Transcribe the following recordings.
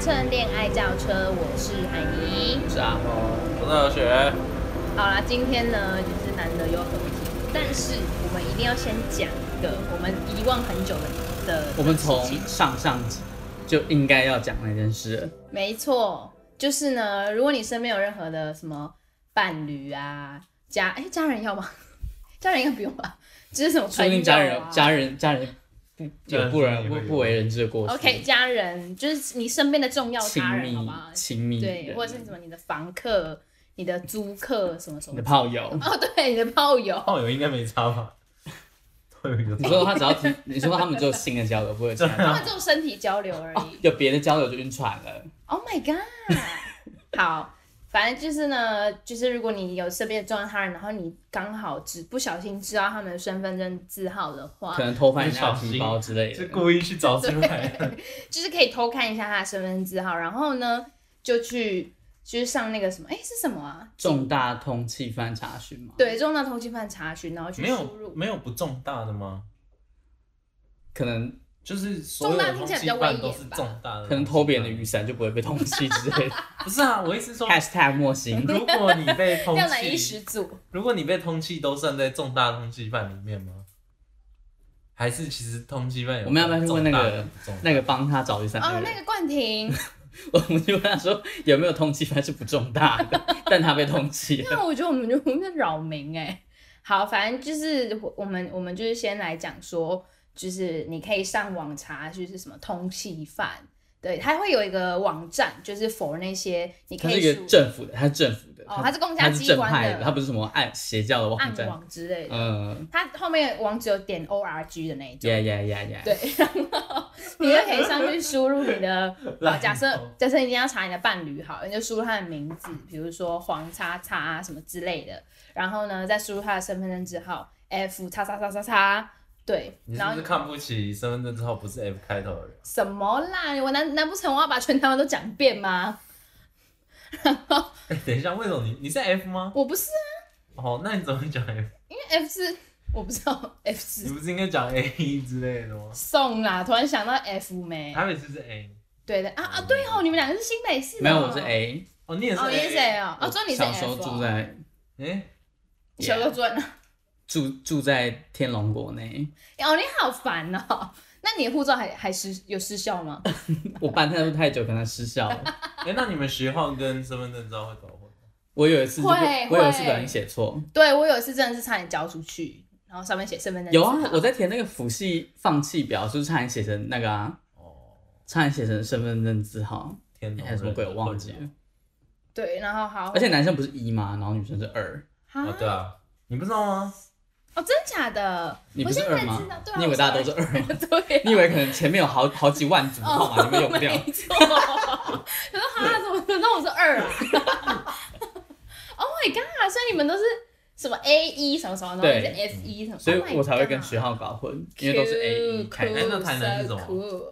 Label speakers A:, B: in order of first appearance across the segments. A: 乘恋爱轿车，我是海尼。
B: 是啊，我是何啊雪。
A: 好啦，今天呢就是难得有合体，但是我们一定要先讲一个我们遗忘很久的的
B: 我们
A: 的
B: 从
A: 事情
B: 上上集就应该要讲那件事了。
A: 没错，就是呢，如果你身边有任何的什么伴侣啊、家哎、家人要吗？ 家人应该不用吧？就是什么朋
B: 说不
A: 友、啊、
B: 定家人有家人家人不
C: 家人
B: 有不
C: 也
B: 人
C: 会
B: 不
C: 有
B: 不为人知的过去。
A: OK 家人，就是你身边的重要
B: 亲
A: 家人，好
B: 密
A: 不好？
B: 亲密
A: 对，
B: 人
A: 或者是什么你的房客、你的租客什么什
B: 你
A: 么
B: 的。炮友。
A: 哦， 对，你的炮友。
C: 炮友应该没差 吧？炮友有
B: 你说他只要提， 你说他们只有性的交流，不会有其他
A: 他
C: 啊
B: 的。
A: 们这种身体交流而
B: 哦
A: 已。
B: 有别的交流就晕船了。
A: Oh my god！好，反正就是呢，就是如果你有身边的重要他人，然后你刚好只不小心知道他们的身份证字号的话
B: 可，能偷翻人家的皮包之类的。
C: 是故意去找出来的，
A: 就是可以偷看一下他的身份证字号，然后呢，就去就是上那个什么，哎、是什么啊？
C: 哦
B: 重大通缉犯查询嘛？，
A: 对，重大通缉犯查询，然后去
C: 没
A: 输
C: 有
A: 入。
C: 没有不重大的吗？
B: 可能
C: 就是所有
A: 重大听
C: 的通
A: 起来比较
C: 缉
A: 威严
C: 犯
A: 吧
C: 都是重大的，啊
B: 可能偷别人的雨伞就不会被通缉之类 的。
C: 不是啊，我 意思是说，
B: #hashtag 莫行，
C: 如果你被通
A: 要来一
C: 缉，
A: 十组，
C: 如果你被通缉都算在重大通缉犯里面吗？还是其实通缉犯有
B: 我们要不要去问那个
C: 重大的不重大
B: 那个帮他找雨伞
A: 哦，
B: 的
A: 那
B: 人，
A: 个冠廷，
B: 我们就问他说有没有通缉犯是不重大 的，但他被通缉了。
A: 那我觉得我们就 我们在扰民哎、好，反正就是我我们我们就是先来讲说，就是你可以上网查，就是什么通缉犯，对，它会有一个网站，就是否那些你
B: 他
A: 可
B: 是
A: 以
B: 一
A: 输
B: 个政府的，他是政府的，
A: 哦，它是公家
B: 他是
A: 机
B: 正
A: 关
B: 派的，他
A: 的
B: 不是什么暗邪教的网
A: 暗
B: 站。
A: 网之类的，
B: 嗯，
A: 它后面网址有点 o r g 的那一种。
B: 呀呀呀呀！
A: 对， 然后你就可以上去输入你的，呃假设假设你今天要查你的伴侣好了，你就输入他的名字，比如说黄叉叉啊什么之类的，然后呢再输入他的身份证字号 F 叉叉叉叉叉，对，
C: 你是
A: 然
C: 不
A: 后
C: 是看不起身份证之后不是 F 开头的人？
A: 什么啦？我难难不成我要把全台湾都讲遍吗？
C: 哎等一下，为什么你你是 F 吗？
A: 我不是，啊
C: 哦，那你怎么会讲 F？
A: 因为 F 是我不知道 F
C: 你
A: 是
C: 不是应该讲 A 之类的吗？
A: 送啦，突然想到 F 没？
B: 啊
C: 台北市是 A，
A: 对的啊啊对哦，你们两个是新北市的
B: 没有，
A: 哦
B: 我是 A，
C: 哦，你也是
A: 哦，你是
C: A，
A: 谁哦？哦，所以你是
B: 小时
A: F
B: 候住
A: 哦，
B: 在
C: 哎，
A: 小时候住在哪？
B: 住住在天龙国内，
A: 哦，你好烦哦！那你的护照还还失有失效吗？
B: 我办太太久，可能失效了。
C: 哎，那你们学号跟身份证照会搞混吗？
B: 我有一次就不，
A: 会
B: 我有一次
A: 会
B: 不小心写错。
A: 对我有一次真的是差点交出去，然后上面写身份证字
B: 有
A: 号。
B: 啊，我在填那个辅系放弃表，就是差点写成那个啊，
C: 哦，
B: 差点写成身份证字号，
C: 天哪，
B: 还有什么鬼我忘记
C: 啊
B: 了。
A: 对，然后好，
B: 而且男生不是一吗？然后女生是二，
A: 啊
C: 哦，对啊，你不知 道吗？
A: 哦，真假的？
B: 你
A: 我
B: 不是
A: 现在
B: 二
A: 才
B: 吗
A: 知道，对啊，
B: 你以为大家都是二吗？
A: 我 对啊，
B: 你以为可能前面有好好几万组
A: 哦
B: 号码，你们用不掉？
A: 没错。 我说哈，怎么可能我是二啊 ？Oh my god！所以你们都是什么 A 一什么什么，然后
B: 对
A: 你是 S 一什么，
B: 所
A: Oh my
B: 以我才会跟
A: god
B: 学号搞混，因为都是 A E，一
A: Cool，
B: 开头。
C: 哎那台南是什么
A: so cool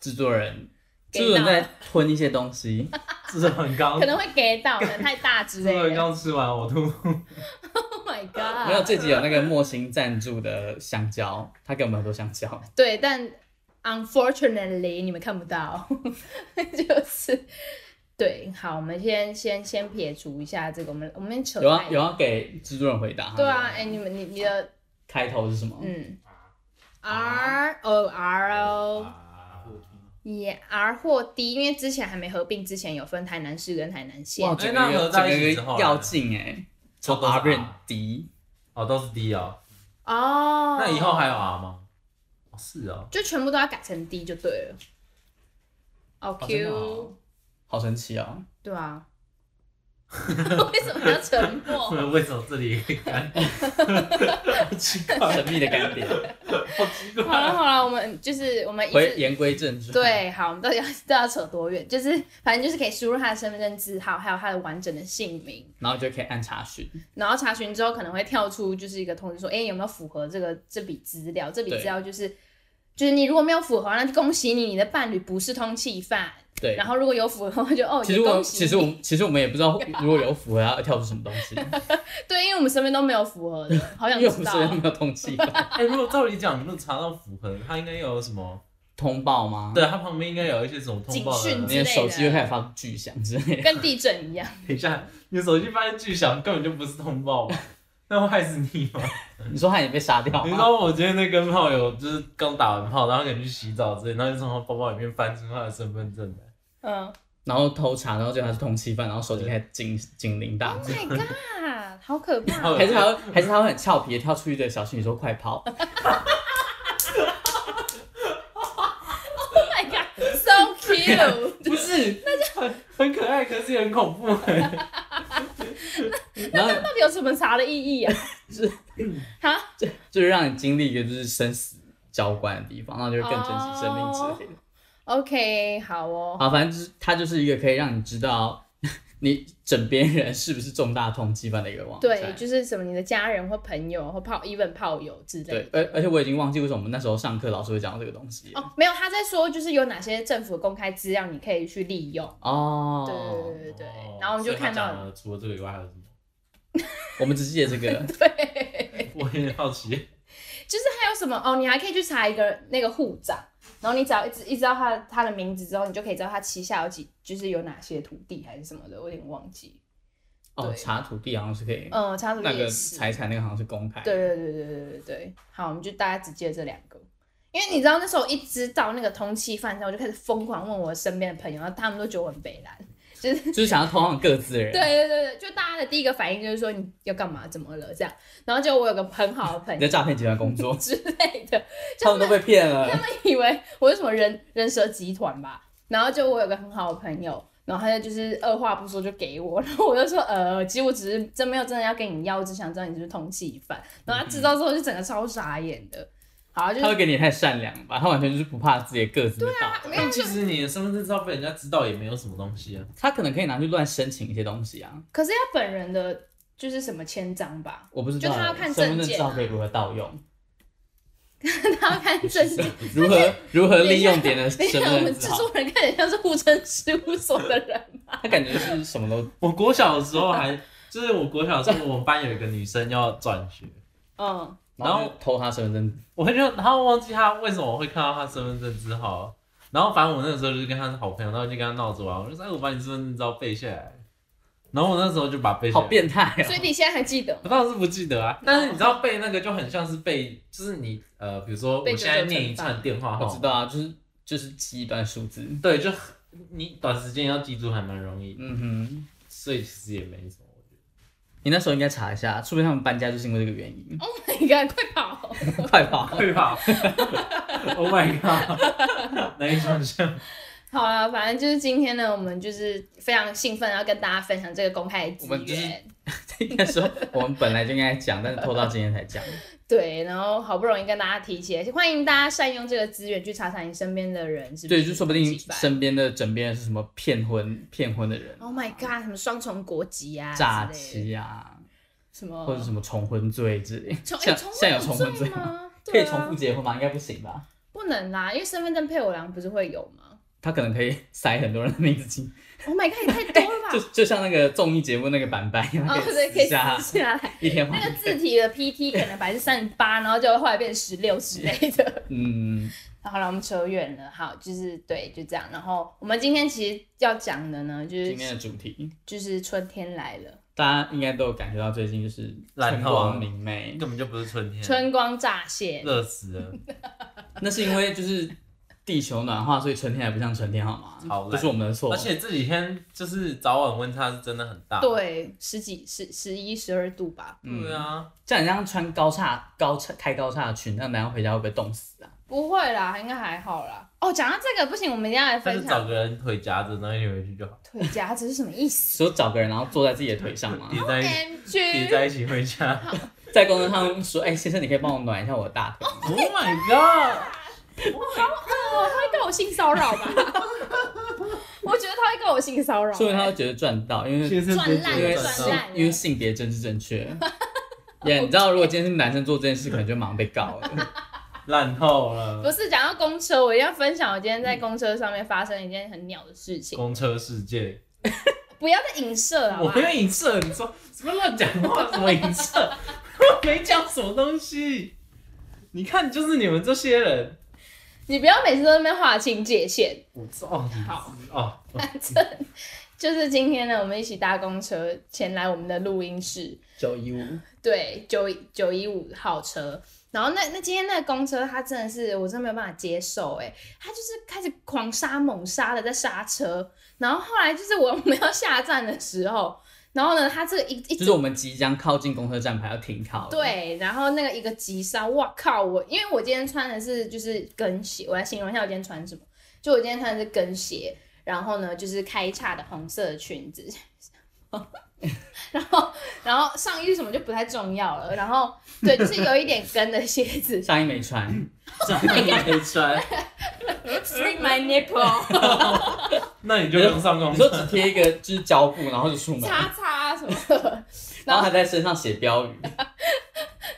B: 制作人，
A: 给
B: 制作人
A: 到
B: 在吞一些东西，
C: 至少很高
A: 可，能会 get 到，可能太大之
C: 至
A: 类
C: 少
A: 的。
C: 刚吃完呕吐。
A: Oh my god！
B: 没有这集有那个莫星赞助的香蕉，他给我们很多香蕉。
A: 对，但 unfortunately 你们看不到， 就是对。好，我们先先先撇除一下这个，我们我们扯
B: 有啊
A: 开
B: 有要给制作人回答。
A: 对啊，哎、你们你你的
B: 开头是什么？
A: 嗯，R O R O
C: 啊
A: y R 或 D，因为之前还没合并之前有分台南市跟台南县
B: 哇，，
C: 哎
B: 整
C: 那
B: 个
C: 合在一起之
B: 整
C: 后啊
B: 个
C: 呢
B: 要进哎，从
C: 都是
B: R 变
C: R
B: D，
C: 哦，都是 D 哦，
A: 哦，
C: 那以后还有 R 吗？哦，是哦，
A: 就全部都要改成 D 就对了。好
C: 哦真
A: Q，、
C: 的哦
B: 好神奇 哦！
A: 对 啊，为什么要沉默？
C: 为什么这里可以干？好奇怪，
B: 神秘的干 点。
C: 好
A: 好
C: 奇
A: 了
C: 怪。
A: 好了，我们就是我们一
B: 回
A: 致
B: 言归正传，，
A: 对，好，我们到底要到底要扯多远？就是反正就是可以输入他的身份证字号，还有他的完整的姓名，
B: 然后就可以按查询。
A: 然后查询之后可能会跳出就是一个通知说，哎、有没有符合这个这笔资料？这笔
B: 对
A: 资料就是就是你如果没有符合，那就恭喜你，你的伴侣不是通缉犯。
B: 对，
A: 然后如果有符合，就哦，
B: 其实
A: 也
B: 我
A: 恭喜你
B: 其实我 其实我们也不知道如果有符合要跳出什么东西，
A: 对，因为我们身边都没有符合的，好想
B: 因为我
A: 知
B: 们
A: 道
B: 身边没有通缉犯，
C: 哎，如果照理讲，如果查到符合，他应该要有什么
B: 通报吗？，
C: 对，它旁边应该有一些什么通报
A: 警讯
B: 你
A: 之
B: 的
A: 类
B: 手机会
A: 的
B: 开始发出巨响之类的。
A: 跟地震一样。
C: 等一下，你的手机发现巨响，根本就不是通报 吧？那会害死你吗？
B: 你说害你被杀掉
C: 你
B: 吗？
C: 说我今天在跟炮友，就是刚打完炮，然后可能去洗澡之类，然后就从他包包里面翻出他的身份证来。
A: 嗯
B: 然后偷查，然后就他是通缉犯，然后手机开始警警铃大
A: ，Oh
B: 作。
A: my god，好可
C: 然后
A: 怕！
B: 还是他会，还是他会很俏皮的跳出一对小情侣说快跑，
A: Oh my god，so cute，
B: 不是？
C: 很可爱，可是也很恐怖、欸。
B: 然后
A: 到底有什么茶的意义啊？
B: 是
A: 哈，
B: 就是让你经历一个就是生死交关的地方，然后就会更珍惜生命之类
A: 哦
B: 的。
A: OK，好哦，
B: 好，反正就是它就是一个可以让你知道 你枕边人是不是重大通缉犯的一个网站。
A: 对，就是什么你的家人或朋友或炮 even 炮友之类
B: 对，
A: 的。
B: 而而且我已经忘记为什么我们那时候上课老师会讲到这个东西。
A: 哦，没有，他在说就是有哪些政府公开资料你可以去利用。
B: 哦，
A: 对对 对对对，然后我们就
C: 哦所以他
A: 看到
C: 讲了，除了这个以外还有什么？
B: 我们只记得 这个
C: 我也好奇，
A: 就是还有什么哦，你还可以去查一个那个户长，然后你只要一直一知道他他的名字之后，你就可以知道他旗下有几，就是有哪些土地还是什么的，我有点忘记。
B: 哦，
A: 对
B: 查土地好像是可以，
A: 嗯，查什么
B: 那
A: 也
B: 个
A: 是。
B: 财产那个好像是公开。
A: 对对对对对对对，好，我们就大家只记得这两个，因为你知道那时候一知道那个通缉犯之后，我就开始疯狂问我身边的朋友，然后他们都觉得我很北蓝。
B: 就是想要偷往各自的人。
A: 对，对对对，就大家的第一个反应就是说你要干嘛，怎么了这样。然后就我有个很好的朋
B: 你
A: 友，
B: 在诈骗集团工 作
A: 之类的，
B: 他们都被骗了。
A: 以为我是什么人人蛇集团吧。然后就我有个很好的朋友，然后他就就是二话不说就给我，然后我就说呃，其实我只是真没有真的要跟你要，我只想知道你是不是通缉犯。然后他知道之后就整个超傻眼的。好，就
B: 他会
A: 是
B: 给你太善良吧？他完全就是不怕自己的个子被盗。
A: 没有
C: 但
A: 就
C: 其，实你的身份证照被人家知道也没有什么东 西啊。
B: 他可能可以拿去乱申请一些东西啊，
A: 可是他本人的就是什么签章吧，
B: 我不知道。
A: 就他要看证件啊
B: 身份证照可以如何盗用，
A: 他要看证件。
B: 如何如何利用别人 的
A: 等一
B: 身
A: 下，我
B: 份证
A: 们制
B: 字号。
A: 作人看起来像是户政事务所的人，
B: 他感觉是什么都
C: 我国小的时候还，就是我国小的时候，我们班有一个女生要转 学，
A: 嗯，
C: 然
B: 然
C: 后
B: 后就偷他身份证，
C: 我就然后忘记他为什么我会看到他身份证字号，然后反正我那个时候就是跟他是好朋友，然后就跟他闹着玩，我就说哎我把你身份证照背下来，然后我那时候就把背下
B: 好
C: 来，
B: 变态
A: 嗯所以
B: 哦！
A: 你现在还记 得吗？
C: 我当时不记得啊，但是你知
A: 哦
C: 道背那个就很像是背，就是你呃比如说我
A: 背着
C: 现在
A: 就
C: 念一
A: 成
C: 串电话
A: 哦
B: 我知
C: 号，
B: 道啊，就是就是记一段数字。
C: 对，就很你短时间要记住还蛮容易，
B: 嗯哼，
C: 所以其实也没什么。我觉得
B: 你那时候应该查一下，说不定他们搬家就是因为这个原因。
A: 你赶快跑！
B: 快跑！
C: 对 吧？Oh my god！难以想象。
A: 好了，反正就是今天呢，我们就是非常兴奋，要跟大家分享这个公开的资
B: 我们就是
A: 源。
B: 应该说我们本来就应该讲，但是拖到今天 才讲。
A: 对，然后好不容易跟大家提起，欢迎大家善用这个资源去查查你身边的人是不是
B: 对，就说不定
A: 几百
B: 身边的枕边人是什么骗婚、 骗婚的人、
A: Oh my god，什么双重国籍啊，
B: 诈
A: 之类的，
B: 欺啊，
A: 什
B: 或者
A: 么
B: 什么重婚罪之类。
A: 重
B: 像
A: 哎重
B: 像有重婚罪
A: 罪吗？
B: 可
A: 对
B: 以
A: 啊
B: 重复结婚吗？应该不行吧？
A: 不能啦，因为身份证配偶栏不是会有吗
B: 他可能可以塞很多人的名字进，
A: ？Oh my god，也太多 了吧！
B: 就就像那个综艺节目那个板板一样，
A: 哦，对，可
B: 撕
A: 以
B: 下
A: 撕下来。
B: 一天换
A: 那个
B: 一
A: 字
B: 个。
A: 体的 PT 可能百分之三十八，然后就后来变十六之类的。
B: 嗯，
A: 好了，我们扯远了。好，就是对，就这样。然后我们今天其实要讲的呢，就
B: 今
A: 是
B: 天的主题
A: 就是春天来了，
B: 大家应该都有感觉到，最近就是
C: 懒
B: 春
C: 透啊
B: 光明媚。
C: 根本就不是春天，
A: 春光乍泄。
C: 嗯热死了。
B: 那是因为就是地球暖化，所以春天还不像春天，好
C: 好
B: 吗？
C: 懒
B: 不是我们的错
C: 而。且这几天就是早晚温差是真的很大。
A: 对，十几、十十一、十二度吧，
C: 对
A: 嗯
C: 啊，
B: 像你这样穿高叉、高叉开高叉的裙，那男生回家会不会冻死啊？
A: 不会啦，应该还好啦。哦，讲到这个不行，我们一定要来
C: 那就
A: 分
C: 找
A: 享
C: 个人腿夹着，然后一起回去 就好，
A: 腿夹子是什么意思
B: 说找个人，然后坐在自己的腿上 嘛，
C: 叠在一起，
A: ？M
C: 叠
A: G，
C: 哎在一起回家。
B: 在公车上说：“哎、先生，你可以帮我暖一下我的大腿。
C: Oh my god！
A: 哦，他会跟我性骚扰 吧？我觉得他会跟我性骚扰、
B: 说明他
A: 欸
B: 会觉得赚到，因为
C: 先生
A: 赚烂
B: 因为
A: 了赚
B: 性
A: 烂了
B: 因为性别真是正确。也、你知道，如果今天是男生做这件事，可能就马上被告了。
C: 烂透了。
A: 不是讲到公车，我一定要分享我今天在公车上面发生一件很鸟的事情。
C: 公车世界，
A: 不要再影射了，好
C: 哦我
A: 吧
C: 没？有影射，你说什么乱讲话？什么影射？ 我没讲什么东西。你看，就是你们这些人，
A: 你不要每次都在那边划清界限。
C: 我知哦
A: 好
C: 哦，
A: 反正就是今天呢，我们一起搭公车前来我们的录音室，
B: 九一五，
A: 对，九九一五号车。然后那那今天那个公车，它真的是我真的没有办法接受，哎，它就是开始狂刹猛刹的在刹车。然后后来就是我们要下站的时候，然后呢，它这个一一
B: 就是我们即将靠近公车站牌要停靠了。，
A: 对，然后那个一个急刹，哇靠！我因为我今天穿的是就是跟鞋，我来形容一下我今天穿什么。就我今天穿的是跟鞋，然后呢就是开叉的红色的裙子， 然后然后上衣是什么就不太重要了。然后对，就是有一点跟的鞋子
B: 上衣没 穿，
C: 这样没穿，
A: ，Free my nipple，
C: 那你就不用上公
B: 你
C: 车
B: 说。只贴一个就是胶布，然后 就出门，
A: 叉叉什么的。
B: 然后还在身上写标 语，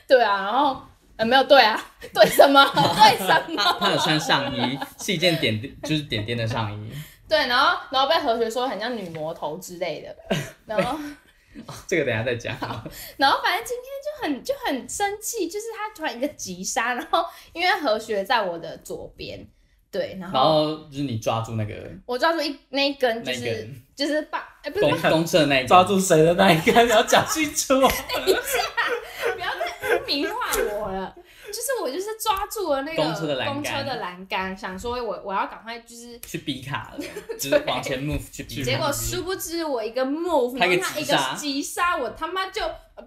A: 对啊，然后呃没有对啊，对什么？对什么？
B: 他有穿上衣，是一件点点就是点点的上衣，
A: 对，然后然后被何学说很像女魔头之类的，然后。
B: 这个等一下再讲。
A: 然后反正今天就很就很生气，就是他突然一个急刹，然后因为何学在我的左边，对，然
B: 然
A: 后
B: 后就是你抓住那个
A: 我抓住一那一根就
B: 那
A: 是、
B: 个
A: 就是把哎、不是
B: 公 公车的那一个
C: 抓，住谁的那一根，你要讲清楚哦。
A: 不要再污名化我了，就是我就是抓住了那个
B: 公车的栏杆
A: 公车的栏杆，想说我我要赶快就是。
B: 去逼卡 了，就是往前 move 去逼
A: 结
B: 卡。
A: 果殊不知我一个 move，
B: 他
A: 然
B: 一
A: 后
B: 个
A: 他一
B: 急刹
A: 个急刹，我他妈就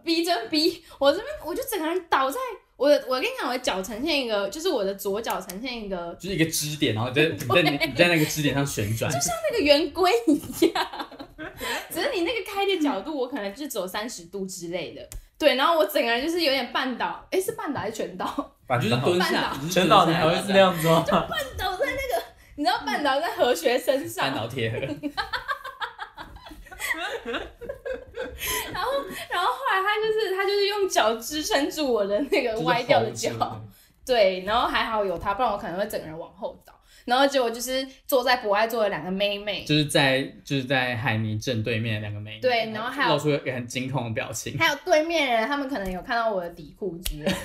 A: 逼真逼，我这边我就整个人倒在我的，我跟你讲，我的脚呈现一个，就是我的左脚呈现一个
B: 就是一个支点，然后在你在你在那个支点上旋转，
A: 那个圆规一样， 只是你那个开的角度，我可能就是走三十度之类的。对，然后我整个人就是有点绊倒，诶，是绊倒还是全倒？
B: 你就是蹲下，你就是
C: 全
B: 蹲
C: 倒
B: 下
C: 你还会是那，样子 吗？
A: 绊 倒在那个，你知道绊倒在何学身
B: 三
A: 上，
B: 岛贴 合，
A: 然后后来他就是他就是用脚支撑住我的那个歪掉的脚，对，然后还好有他，不然我可能会整个人往后倒。然后结果就是坐在博爱座的两个妹妹，
B: 就是在就是在海尼正对面的两个美女，
A: 对然后还有
B: 露出一个很惊恐的表情，
A: 还有对面人，他们可能有看到我的底裤之类 的，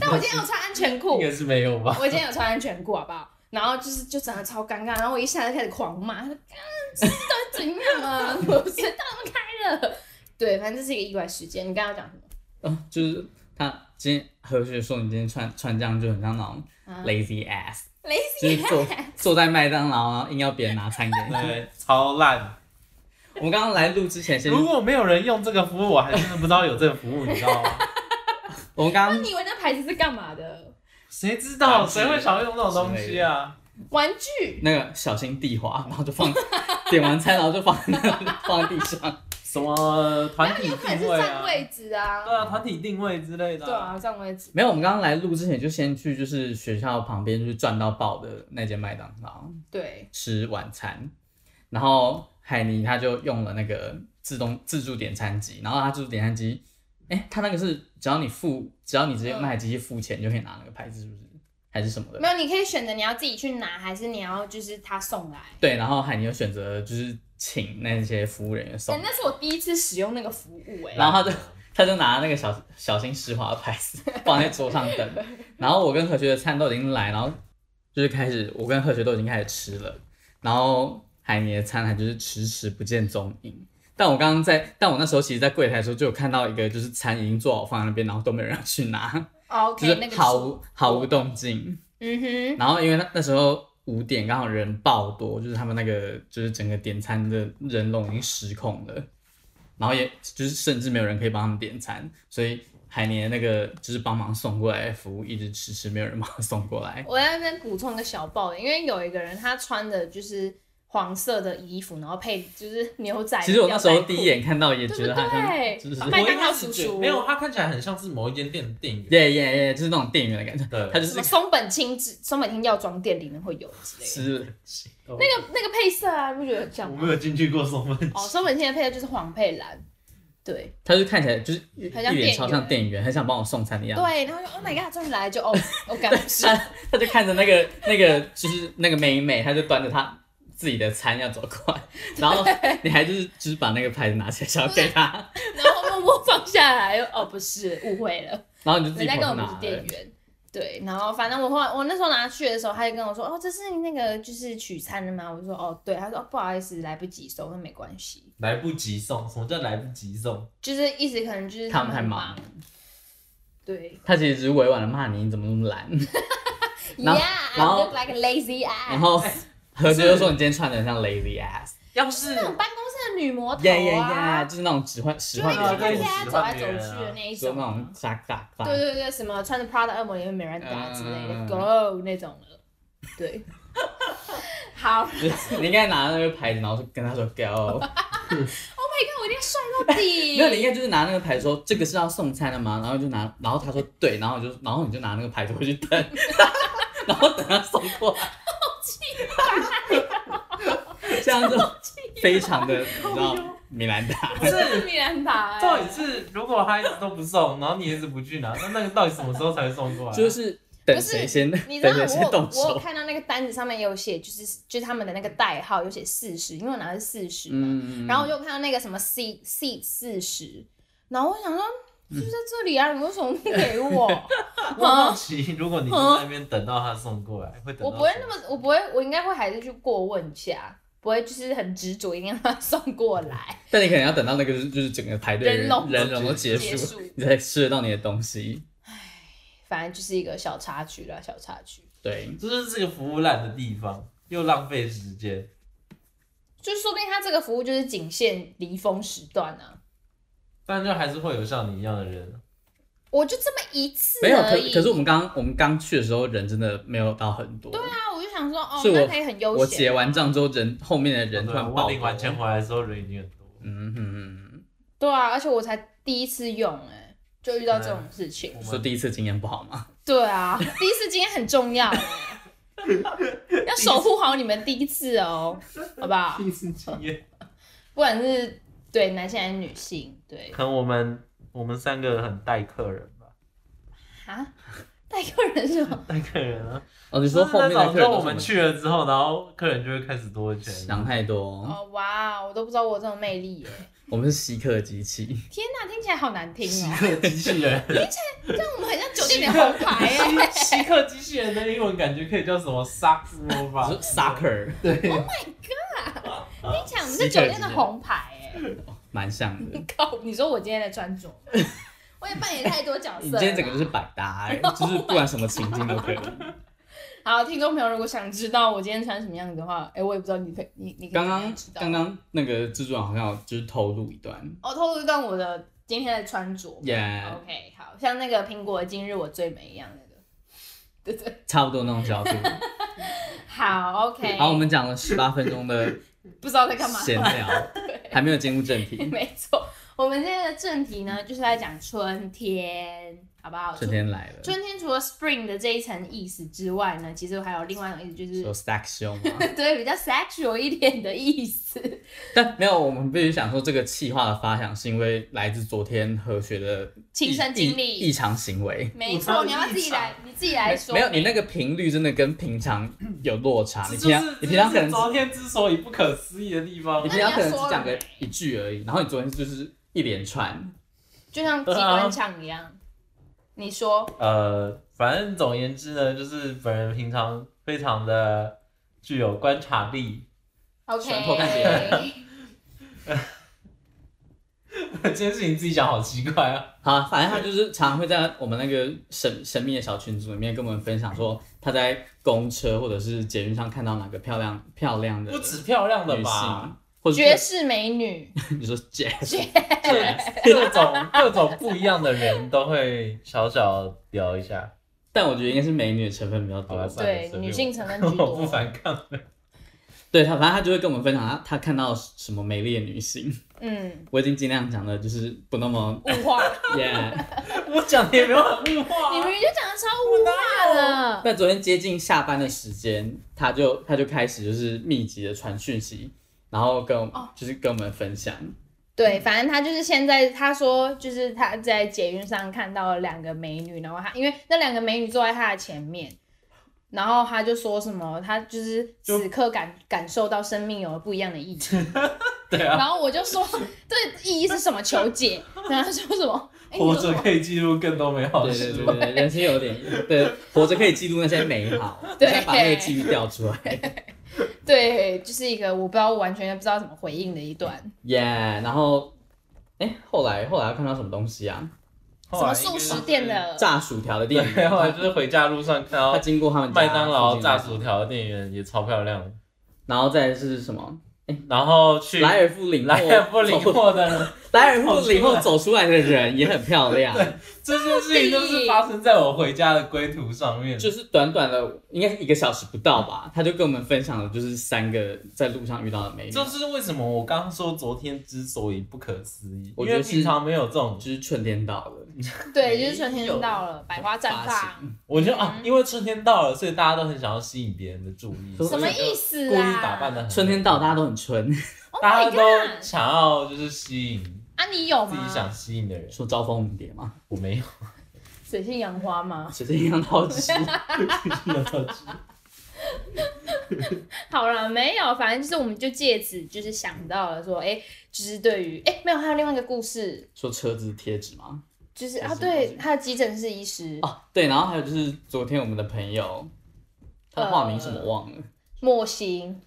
A: 但我今天有穿安全裤
C: 应，该是没有
B: 哦
C: 吧？
A: 我今天有穿安全裤，好不好？然后就是就整个超尴尬，然后我一下就开始狂骂，他说：“干，这到底怎样 啊？我知道他们开了。”对，反正这是一个意外事件。你刚刚讲什么？
B: 嗯，就是他今天何雪说你今天穿穿这样就很像那种
A: 啊
B: lazy ass，就是
A: lazy
B: 坐坐在麦当劳，然后硬要别人拿餐给你。
C: 对，超烂。
B: 我们刚刚来录之前先，
C: 如
B: 我
C: 果没有人用这个服务，我还真的不知道有这个服务，你知道 吗？
B: 们刚刚
A: 你以为那牌子是干嘛的？
C: 谁知道？
B: 玩具
C: 谁会想要用这种东西啊？
A: 玩具？
B: 那个小心地滑，然后 就放点完餐，然后就放放在地上。
C: 什么团体
A: 有可能是
C: 定位啊
A: 占？位置啊。
C: 对啊，团体定位之类的。
A: 对，啊，占位置。
B: 没有，我们刚刚来录之前就先去就是学校旁边就是赚到爆的那间麦当劳
A: 对，
B: 吃晚餐，然后海尼他就用了那个自动自助点餐机，然后他自助点餐机，哎、他那个是只要你付，只要你直接
A: 嗯
B: 卖机器付钱就可以拿那个牌子，是不是？还是什么的？
A: 没有，你可以选择你要自己去拿，还是你要就是他送来。
B: 对，然后海尼又选择就是请那些服务人员送
A: 哎，，那是我第一次使用那个服务，哎，
B: 然后他就他就拿那个小小心湿滑的牌 子放在桌上等，然后我跟何学的餐都已经来，然后就是开始我跟何学都已经开始吃了，然后海尼的餐还就是迟迟不见踪影。但我刚刚在，但我那时候其实，在柜台的时候就有看到一个，就是餐已经做好放在那边，然后都没有人要去拿， 就
A: 哦 OK，那
B: 是
A: 个
B: 毫
A: 是
B: 无毫无动静。
A: 嗯哼，
B: 然后因为那那时候五点刚好人爆多，就是他们那个就是整个点餐的人龙已经失控了，然后也就是甚至没有人可以帮他们点餐，所以海年那个就是帮忙送过来的服务一直迟迟没有人帮他送过来。
A: 我在那边补充一个小爆点，因为有一个人他穿的就是黄色的衣服，然后配就是牛仔。
B: 其实我那时候第一，眼看到也
A: 对
B: 觉
A: 不
B: 得他像
A: 对？啊
B: 就是
A: 麦
C: 我一
A: 当劳
C: 开始
A: 叔
C: 觉得
A: 叔
C: 没有，他看起来很像是某一间店店员。
B: 耶耶耶，就是那种店员的感觉，
C: 对，
B: 他就
A: 什么
B: 是
A: 松本清之松本清药妆店里面会有之类的。
B: 吃
C: 那
A: 那个那个配色啊，你不觉得很像
C: 我
A: 吗？
C: 没有进去过什么。
A: 哦，松本清的配色就是黄配蓝，对
B: 他就看起来就是一
A: 很像
B: 一脸超像店员，很想帮我送餐的样子。
A: 对，然后就 Oh my God，终于来了就哦，我感觉是
B: 他他就看着那个那个就是那个妹妹，他就端着她自己的餐要走过来，然后你还就是就是把那个牌子拿起来想要给她，
A: 然后默默放下来，又哦不是，误会了，
B: 然后你就自
A: 人
B: 己
A: 家根本不
B: 跑去拿
A: 是店
B: 了。
A: 员。对，然后反正我后来我那时候拿去的时候，他就跟我说：“哦，这是那个就是取餐的吗？”我就说：“哦，对。”他说、哦不好意思，来不及收，那没关系。
C: 来不及送，什么叫来不及送？”
A: 就是一直可能就是
B: 他
A: 们
B: 们
A: 很
B: 太忙
A: 忙。对
B: 他其实只是委婉的骂你，你怎么那么懒？然后
A: ，Yeah, I
B: 然后
A: look like a lazy ass。
B: 然后何洁就说你今天穿的很像 lazy ass。
C: 要是
A: 那种办公室的女魔头啊
B: Yeah yeah yeah，就是那种使唤使
A: 就
B: 唤
A: 会一直看人
B: 别
C: 啊对
B: 人，
A: 家走来走去的那一
B: 说
A: 种
B: 那
A: 啊
B: 种。嘎嘎嘎。
A: 对对对，什么穿着 Prada 恶魔里面没人打之类的、
B: 嗯
A: Go 那种的， 对。好，我
B: 你应该拿那个牌子，然后就跟他说 “go”。
A: 看我一定帅到底。
B: 没有，你应该就是拿那个牌说这个是要送餐的吗？然后就拿，然后他说对，然后你就然后你就拿那个牌子回去等， 然后等他送过来。
A: 啊
B: 这样就非常的，你知道米兰达。
C: 不是？
A: 米兰达、欸，
C: 到底是如果他一直都不送，然后你一直不去拿，那那个到底什么时候才会送过来啊？
B: 就是等谁先，等
A: 你知道
B: 谁先
A: 我有
B: 动
A: 我有
B: 手。
A: 看到那个单子上面有写，就是就是他们的那个代号有写四十，因为我拿的是四十嘛，
B: 嗯
A: 然后我就看到那个什么 C C 四十，然后我想说
B: 嗯
A: 就在这里啊，你为什么不给 我？
C: 我好奇，如果你是在那边等到他送过来，会等
A: 嗯
C: 到
A: 我不会那么，我不会，我应该会还是去过问一下，不会就是很执着一定要他送过来。
B: 但你可能要等到那个就是就是整个排队
A: 人
B: 人
A: 龙
B: 人龙都结
A: 结
B: 束
A: 束，
B: 你才吃得到你的东西。
A: 反正就是一个小插曲啦，小插曲。
B: 对，
C: 这就是这个服务烂的地方，又浪费时间。
A: 就是说不定他这个服务就是仅限离峰时段啊，
C: 但就还是会有像你一样的人，
A: 我就这么一次
B: 没有
A: 而
B: 可
A: 已。
B: 可是我们刚我们刚去的时候人真的没有到很多。对啊，
A: 啊，我就想说，哦，
B: 是我
A: 那可以很悠
B: 我结
A: 闲。
B: 完账之后人后面的人突
C: 对啊
B: 然
C: 我
B: 爆
C: 领完钱
B: 多。
C: 回来的时候人已经很多。
B: 嗯哼，
A: 对啊，而且我才第一次用、哎，就遇到这种事情。
C: 我
B: 说
C: 们
B: 第一次经验不好 吗？
A: 对啊，第一次经验很重要、欸 要守护好你们第一次哦，好不好？
C: 第一次经验，
A: 不管是对男性还是女性，对
C: 可能我们我们三个很待客人吧，
A: 啊，带客人是吗？
C: 待客人啊。
B: 哦， 你说后面
C: 就是那
B: 的
C: 啊种
B: 客人
C: 说我们去了之后，然后客人就会开始多钱。
B: 想太多，
A: 哦哇，我都不知道我有这种魅力耶！
B: 我们是吸客机器，
A: 天哪，听起来好难听
C: 吸
A: 哦、
C: 客机器 人，
A: 但我们很像酒店里的红牌
C: 哎
A: 欸耶。
C: 吸客机器人的英文感觉可以叫什么 sucker 吧
B: 我 是 sucker，
A: 听起来我们是酒店的红牌耶。
B: 蛮像的。
A: 靠，你说我今天的穿着，我也扮演太多角色了。
B: 你今天整个就是
A: 啊
B: 百搭、欸，就是不管什么情境都可 以。
A: 好，听众朋友如果想知道我今天穿什么样子的话，哎、我也不知道你可以，你你可以
B: 刚
A: 怎么
B: 刚
A: 样知道
B: 刚刚那个制作人好像有就是透露一段，
A: 哦，透露一段我的今天的穿着。
B: 也、
A: OK，好像那个苹果今日我最美一样那个。对对
B: 差不多那种角度。
A: 好，OK。
B: 好，我们讲了十八分钟的
A: 不知道在干嘛。
B: 闲聊，还没有进入正题。
A: 没错，我们今天的正题呢，就是在讲春天，好不好？
B: 春天来了，
A: 春春天除了 spring 的这一层意思之外呢，其实还有另外一种意思，就是
B: 说 stack show 嘛，
A: 对比较 sexual 一点的意思。
B: 但没有，我们必须想说这个气话的发想是因为来自昨天何学的
A: 亲
B: 异
A: 身经历
B: 异异常行为。
A: 没
C: 我
A: 错，
C: 超
A: 你要自己来，你自己来说。
B: 啊没有，你那个频率真的跟平常有落差。你平
C: 这就
B: 常
C: 是
B: 你平常可
C: 这
B: 能
C: 就是昨天之所以不可思议的地方啊
B: 你，平常可能只讲个一句而已，然后你昨天就是一连串。
A: 就像
C: 啊
A: 机关枪一样。你说
C: 呃，反正总而言之呢，就是本人平常非常的具有观察力。
B: 喜欢偷看别
A: ，OK？
B: 人
C: 这件事情自己讲好奇怪啊！
B: 好，反正他就是常常会在我们那个神神秘的小群组里面跟我们分享说，他在公车或者是捷运上看到哪个漂亮漂亮的
C: 不止漂亮的
B: 女
C: 吧，
B: 性，啊或者
A: 绝
B: 是
A: 世美女，
B: 你说 Jess，
C: 各种各种不一样的人都会小小聊一下。
B: 但我觉得应该是美女的成分比较
C: 好
B: 多
C: 吧。
A: 对
C: 随便
A: 女性成分
C: 我
A: 居
C: 不
A: 多。
C: 反抗，
B: 对他，反正他就会跟我们分享他他看到什么美丽的女性。
A: 嗯，
B: 我已经尽量讲的，就是不那 么
A: 物化，
B: yeah。
C: 我讲的也没有很物化 啊。
A: 你明明就讲的超物化的。
B: 但昨天接近下班的时间，他就他就开始就是密集的传讯息，然后跟我们、
A: 哦
B: 就是跟我们分享，
C: 嗯
A: 对，反正他就是现在，他说就是他在捷运上看到了两个美女，然后他因为那两个美女坐在他的前面，然后他就说什么，他就是
C: 就
A: 此刻感感受到生命有了不一样的意义，
C: 对啊，
A: 然后我就说这意义是什么？求解，然后他说什么？哎
C: 活着可以记录更多美好的
B: 对
C: 事
B: 对
C: 物。
B: 对对，人生有点对，活着可以记录那些美 好，
A: 对
B: 再把那个记忆调出来。
A: 对，就是一个我不知道，我完全不知道怎么回应的一段，
B: 耶、然后，哎，后来后来看到什么东西啊？
A: 什么素食店的，
B: 炸薯条的店
C: 对，
B: 员，
C: 后来就是回家路上看
B: 他
C: 到
B: 经过他们家
C: 麦当劳
B: 附近的
C: 炸薯条的店员也超漂亮，
B: 然后再是什么？
C: 然后去
B: 莱尔富领哦货
C: 来也不领货的人，
B: 莱尔富领货走出来的人也很漂 亮，
C: 这件事情都是发生在我回家的归途上面。
B: 哦就是短短的应该是一个小时不到吧，他就跟我们分享了就是三个在路上遇到的美女，
C: 这
B: 就是
C: 为什么我刚刚说昨天之所以不可思议，
B: 我
C: 因
B: 觉得
C: 为
B: 是
C: 平常没有这种，
B: 是春天到了，
A: 对，就是春天到了，百花绽
B: 发
A: 放，
B: 型
C: 我觉得啊，因为春天到了，所以大家都很想要吸引别人的注意，
B: 什
A: 什么
C: 所以
A: 意
C: 就
A: 思
C: 故
A: 啊？
C: 意打扮的很。
B: 春天到，大家都很春，
A: Oh
C: 大
A: my
C: 家都
A: god！
C: 想要就是吸引自
A: 啊，你有吗
C: 己？想吸引的 人，
B: 说招蜂蝴蝶嘛，
C: 我没有。
A: 水性杨花吗？
B: 水晶杨 桃汁，
A: 好了，没有，反正就是我们就借此就是想到了说，哎、就是对于哎、没有，还有另外一个故事，
B: 说车子贴纸吗？
A: 就是
B: 还
A: 啊，
B: 是
A: 对，他的急诊室医师、
B: 哦，对，然后还有就是昨天我们的朋友，他的化名什么忘了？
A: 莫欣，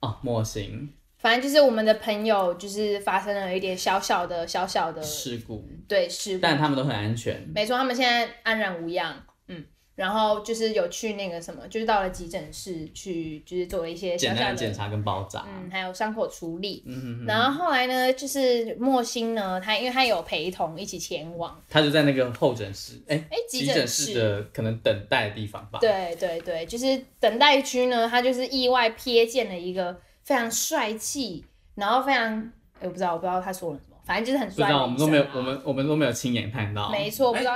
B: 哦，莫行
A: 反正就是我们的朋友就是发生了一点小小的小小的
B: 事故，
A: 对事故，
B: 但他们都很安全，
A: 没错，他们现在安然无恙，嗯，然后就是有去那个什么，就是到了急诊室去，就是做了一些小
B: 简
A: 小
B: 单的检
A: 的，
B: 查跟包扎，
A: 嗯，还有伤口处理。
B: 嗯，
A: 然后后来呢，就是莫欣呢，他因为他有陪同一起前往，
B: 他就在那个候诊室，哎、
A: 哎，
B: 急
A: 急
B: 诊
A: 诊
B: 室
A: 室
B: 的可能等待的地方吧。
A: 对对对，就是等待区呢，他就是意外瞥见了一个非常帅气，然后非常，哎我不知道，我不知道他说了什么，反正就是很
B: 不
A: 帅、
B: 知
A: 的
B: 道，我们都没有，我
A: 医生
B: 们我们都没有亲眼看
A: 啊
B: 到。
A: 没错，不知道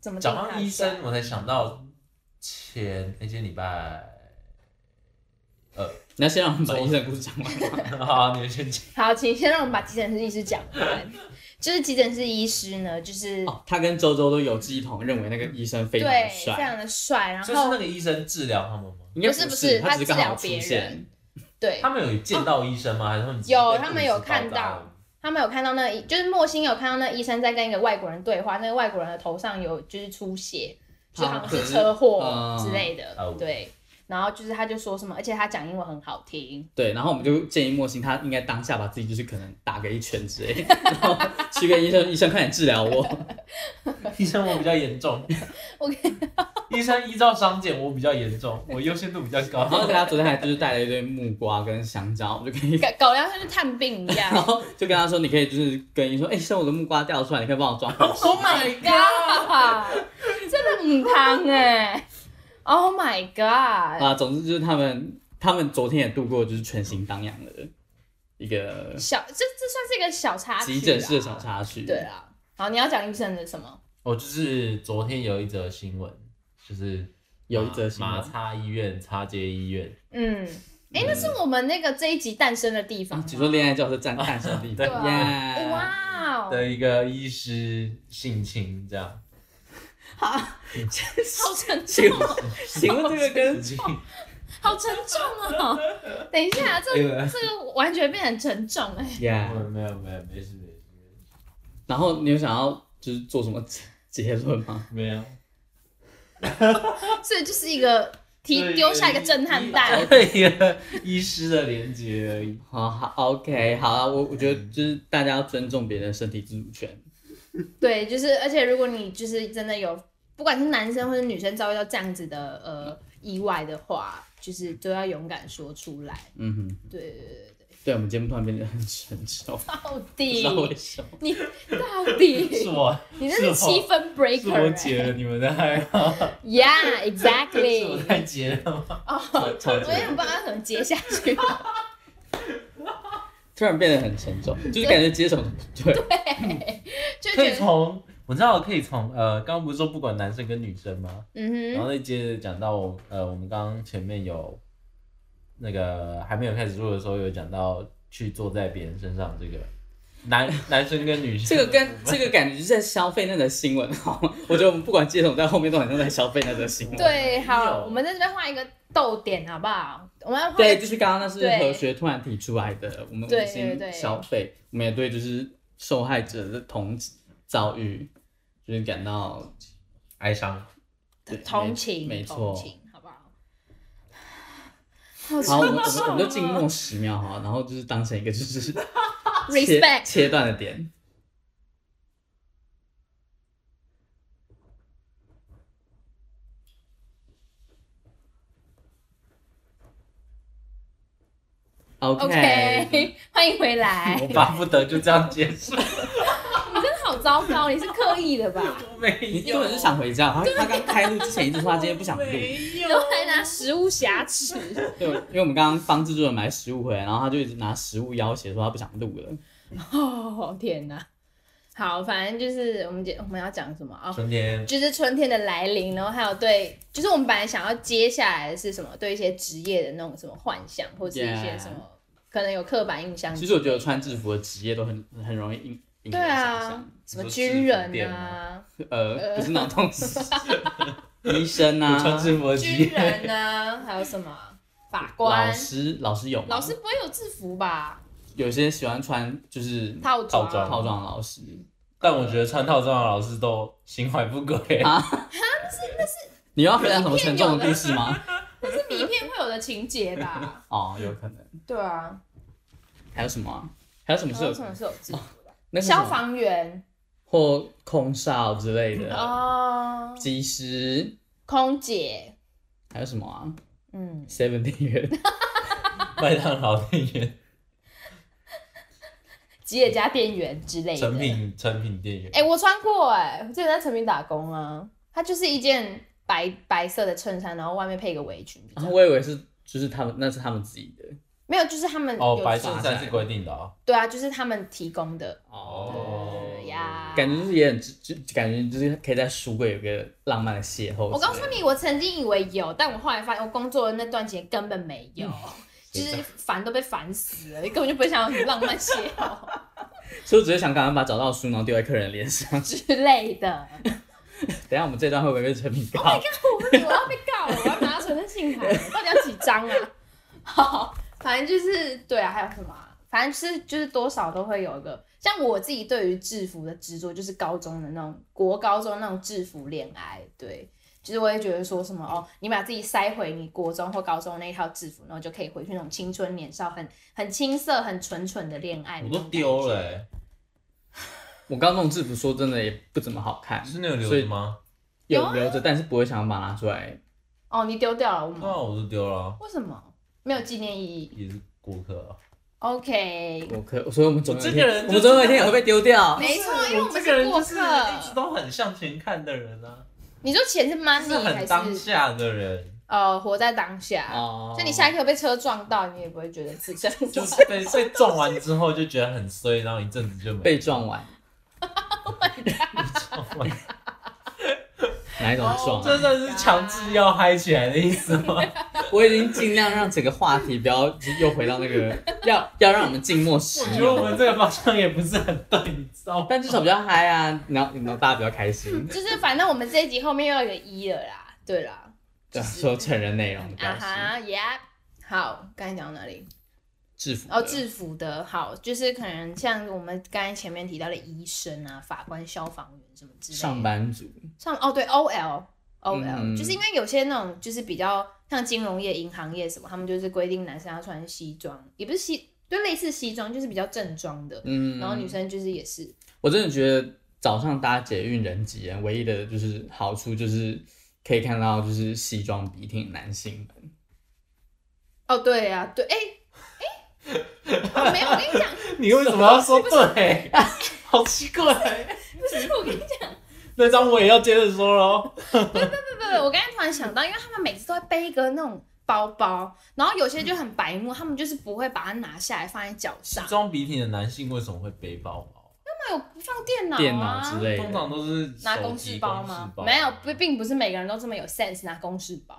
A: 怎么定
C: 讲
B: 哎
A: 他
C: 到
A: 的
C: 医
A: 帅
C: 生，我才想到前那些礼拜，
B: 你要先让我们把医生的故事讲 完吗？
C: 好，你们先讲。
A: 好，请先让我们把急诊室医师讲完。就是急诊室医师呢，就是、
B: 哦，他跟周周都有志一同，认为那个医生非常
A: 对
B: 的
A: 非
B: 帅。
A: 常的帅，然
C: 就是那
A: 后
C: 个医生治疗他们吗？
B: 应该
A: 不是不
B: 是，
A: 是
B: 他
A: 他
B: 只是
A: 治
B: 刚好
A: 疗
B: 出
A: 别
B: 现
A: 人。对
C: 他们有见到医生吗？还是他们只是
A: 有
C: 被
A: 他们有看
C: 故事包
A: 到，他们有看到那个医，就是莫欣有看到那医生在跟一个外国人对话，那个外国人的头上有就是出血，就好像是车
B: 啊
A: 祸
B: 可是
A: 之类的，
C: 哦
A: 对。然后就是他就说什么，而且他讲英文很好听，
B: 对，然后我们就建议莫欣，他应该当下把自己就是可能打个一拳之类， 然后去跟医生，医生快点治疗我。
C: 到？医生我比较严重，
A: 我
C: 医生依照伤检我比较严重，我优先度比较
B: 然后
C: 高。
B: 而且他昨天还就是带了一堆木瓜跟香蕉，我就跟医，
A: 搞搞得像是探病一 样
B: 然。后就跟他说，你可以就是跟医生说，哎、医生我的木瓜掉出来，你可以帮我装回 去。
A: Oh my god！真的很康哎！Oh my god！
B: 啊，总之就是他们，他们昨天也度过就是全心荡漾的一个
A: 小这这算是一个小插曲、啊，
B: 急诊室的小插曲。
A: 对，啊。好，你要讲医生的什么？
C: 我哦就是昨天有一则新闻，就是
B: 有一则新闻
C: 马叉医院、擦街医院，
A: 嗯，哎、那是我们那个这一集诞生的地方
B: 啊
A: 吗，，
B: 只说恋爱教室站诞生地
A: 对
B: 方，
A: 啊，
B: 耶！
A: 哇哦，
C: 的一个医师性侵这样。
A: 好沉
B: 请
A: 重，哦
B: 问，请问这 个跟
A: 好沉重哦！等一下，这
C: 哎呦
A: 这个完全变很沉重哎、
B: 耶？
C: 没有没有没事没事
B: 然后你有想要就是做什么结结论吗？
C: 没有，
A: 所以就是一个
C: 对
A: 提丢下一个震撼弹，
C: 对一个医师的连接而已。
B: 好好，OK，好啊，我我觉得就是大家要尊重别人的身体自主权。
A: 对，就是而且如果你就是真的有，不管是男生或者女生遭遇到这样子的呃意外的话，就是都要勇敢说出来。
B: 嗯哼，
A: 对对对对，
B: 对我们节目突然变得很成熟，
A: 到
B: 不知
A: 底
B: 道为什么。
A: 你到底
C: 是我，
A: 你这是七分
C: 哦是我
A: breaker
C: 解了你们的害怕，
A: y e a h
C: 是我
A: exactly。
C: 太解了。
B: 超
A: 哦，
B: 超
A: 我也不知道要怎么接下去。
B: 突然变得很沉重，就是感觉接手对，
A: 就
C: 可
A: 觉
C: 以
A: 得，
C: 从我知道可以从呃，刚刚不是说不管男生跟女生吗？
A: 嗯哼，
C: 然后再接着讲到我呃，我们刚刚前面有那个还没有开始录的时候，有讲到去坐在别人身上这个男 男生跟女生
B: 这个跟这个感觉就是在消费那则新闻，好吗？我觉得我们不管接手在后面都很像在消费那则新闻。
A: 对，
C: 有
A: 好，我们在这边画一个逗点，好不好？我们要画一
B: 对，
A: 个
B: 就是刚刚那是
A: 哎对
B: 何学突然提出来的，我们
A: 对
B: 无心
A: 对对
B: 消费，我们也对就是受害者的同遭遇，就是感到
C: 哀伤。
B: 对
A: 同
B: 没
A: 情，
B: 没
A: 同
B: 错。
A: 情，好不好？好
B: 好，我啊们
A: 沉
B: 我们我
A: 重
B: 们就静
A: 哦
B: 默十秒哈，然后就是当成一个就是切
A: respect，
B: 切断的点。
A: OK，欢迎回来。
B: 我
A: 你
B: 巴不得就这样结束。
A: 真的好糟糕，你是刻意的吧？
C: 我没
B: 你根本是想回家，他他刚开录之前一直说他今天不想录，
C: 没有
A: 都还拿食物挟持，
B: 对，因为我们刚刚帮制作人买食物回来，然后他就一直拿食物要挟说他不想录了。
A: 哦天哪！好，反正就是我们今我们要讲什么哦，
C: 春天
B: 啊
A: 就是春天的来临，然后还有对，就是我们本来想要接下来的是什么，对一些职业的那种什么幻想，或者一些
B: Yeah
A: 什么可能有刻板印象之类的。
B: 其实我觉得穿制服的职业都很很容易引引
A: 对
B: 人遐
A: 啊
B: 想，，
A: 什么
C: 你说
A: 军
C: 制服
A: 人
C: 店
A: 啊
C: 吗，
B: 呃，不是脑洞， 医生
C: 我
B: 啊，
C: 穿制服的
A: 军
C: 机，
A: 人啊，还有什么 啊法
B: 老
A: 官、
B: 师老师有吗？
A: 老师不会有制服吧？
B: 有些喜欢穿就是
A: 套装
C: 套装
B: 套装的老师，
C: 但我觉得穿套装的老师都心怀不轨。
B: 啊你要分享什么沉重的故事 吗？
A: 是名片会有的情节 吧？
B: 哦，有可能。
A: 对 啊，
B: 还有什么啊？还有什么
A: 还有
B: 是
A: 什么是有制服的？
B: 那是什么
A: 消防员
B: 或空少之类的，
A: 哦，
B: 技师，
A: 空姐，
B: 还有什么啊
A: 嗯，
B: ？Seven 店员，
C: 麦当劳店员、
A: 吉野家店员之类的
C: 成。品成品店员，
A: 哎、我穿过哎、我之前在成品打工啊，它就是一件白白色的衬衫，然后外面配一个围裙，就这
B: 然
C: 哦
A: 样
B: 后我以为是就是他们那是他们自己的
A: 没有，就是他们
C: 哦，
A: 有
C: 白
A: 做
C: 衬衫是规定的哦。
A: 对啊，就是他们提供的。
C: 哦
A: 呀，
B: 感觉就是也很就就感觉就是可以在书柜有个浪漫的邂逅。
A: 我告诉，你，我曾经以为有，但我后来发现，我工作的那段时间根本没
C: 嗯
A: 有，就是烦都被烦死了，根本就不会想有什么浪漫邂逅
B: 所以我只是想赶快把找到的书然后丢在客人脸上。
A: 之类的。
B: 等一下我们这段会不会被成品告？
A: 我要被告了，我要拿存证信函了，到底要几张啊？好，反正就是对啊，还有什么啊、反正就是就是多少都会有一个，像我自己对于制服的执着，就是高中的那种国高中那种制服恋爱，对，就是我会觉得说什么哦，你把自己塞回你国中或高中那一套制服，然后就可以回去那种青春年少、很很青涩、很纯纯的恋爱，
C: 我都丢了、，欸，
B: 我刚弄制服说真的也不怎么好看，
C: 是那个留
B: 所
C: 着
B: 以
C: 吗？
A: 有啊
B: 有留着，但是不会想要把它拿出来。
A: 哦，你丢掉了，我
C: 对
A: 们
C: 啊，我都丢了啊，
A: 为什么没有纪念意义
C: 也是顾客啊。
A: ？OK，
B: 我可，所以我们总 有一天
C: 我这个人就是
B: 我们总有一天也会被丢掉。
A: 没错，因为我们
C: 啊这个人
A: 过
C: 就是
A: 客。
C: 一直都很向前看的人啊，
A: 你说钱是
C: 就是
A: money
C: 很
A: 还
C: 当
A: 是
C: 下 的人，
A: 呃活在当下？
B: 哦
A: 所以你下一刻被车撞到，你也不会觉得自己就
C: 就是被被撞完之后就觉得很衰，然后一阵子就没
B: 被撞完，
C: 撞 完。
B: 哪一种撞
C: 这
B: 啊？
C: 算是强制要嗨起来的意思 吗？
B: 我已经尽量让整个话题不要又回到那个， 要要让我们静默十
C: 我觉得我
B: 秒，
C: 们这个方向也不是很对，你知道吗？
B: 但至少比较嗨啊，然后然后大家比较开 心。
A: 就是反正我们这一集后面又有一个一了啦，对啦，
B: 对，说成人内容的
A: 啊
B: 东西，
A: 哈耶。Yep 好，刚才讲到哪里？
B: 制服的
A: 哦，制服的，好，就是可能像我们刚才前面提到的医生啊、法官、消防员什么之类的。
B: 上班族，
A: 上哦对 OL OL，、
B: 嗯
A: 就是因为有些那种就是比较像金融业、银行业什么，他们就是规定男生要穿西装，也不是西，就类似西装，就是比较正装的。
B: 嗯，
A: 然后女生就是也是，
B: 我真的觉得早上搭捷运人挤人，唯一的就是好处就是可以看到就是西装笔挺的男性们，
A: 哦对啊，对，哎、哎、我没有，我跟你讲，
C: 你为什么要说对？ 好奇怪，
A: 不是我跟你讲，
C: 那张我也要接着说喽。
A: 不不不，我刚才突然想到，因为他们每次都会背一个那种包包，然后有些就很白目，他们就是不会把它拿下来放在脚上，
C: 装笔挺的男性为什么会背包包？
A: 他们有放电脑、啊、
B: 电脑之类
C: 通常
B: 的，
C: 都是
A: 拿
C: 手
A: 公
C: 机
A: 事
C: 事
A: 包
C: 包
A: 吗？没有，不，并不是每个人都这么有 sense 拿公事包。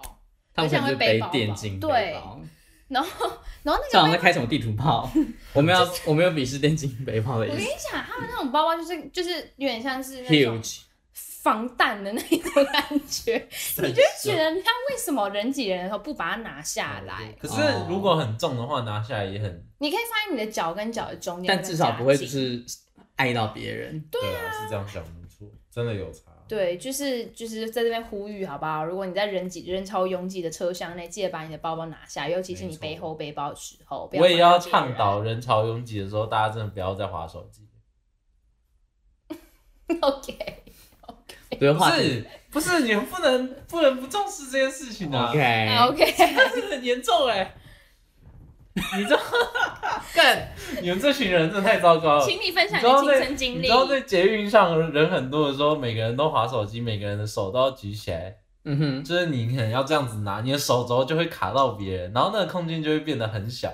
B: 他们可能就是背
A: 好像会背
B: 电
A: 包
B: 竞
A: 包
B: 背包，
A: 然后，然后那
B: 这
A: 个
B: 好像
A: 背
B: 在开什么地图 炮，我们要我们有鄙视电竞背包的
A: 我
B: 意
A: 跟你
B: 思
A: 讲，他们那种包包就是就是有点像是那种
B: ，huge，
A: 防弹的那一种感觉，你就会觉得他为什么人挤人的时候不把它拿下来？
C: 哦可是如果很重的话，拿下来也很
A: 你可以放在你的脚跟脚的中间，嗯
B: 但至少不会就
A: 跟夹
B: 是爱到别人。
C: 对啊，是这样想没错，真的有差。
A: 对，就是就是在这边呼吁好不好？如果你在人挤人潮拥挤的车厢内，记得把你的包包拿下，尤其是你
C: 没错
A: 背后背包的时候。不
C: 我也要
A: 放在别
C: 倡
A: 人
C: 导人潮拥挤的时候，大家真的不要再划手机。
A: OK，
B: 不是
C: 不
B: 话题
C: 是不是，你不能不能不重视这件事情啊！
A: 哎
B: ，OK，
A: OK，
C: 这很严重哎、你知道，干你们这群人真的太糟糕
B: 哦
C: 了。
A: 请你分享
C: 你知道
A: 你亲
C: 在
A: 身经
C: 你
A: 历
C: 知。道在捷运上人很多的时候，每个人都划手机，每个人的手都要举起来，
B: 嗯哼，
C: 就是你可能要这样子拿，你的手肘就会卡到别人，然后那个空间就会变得很小，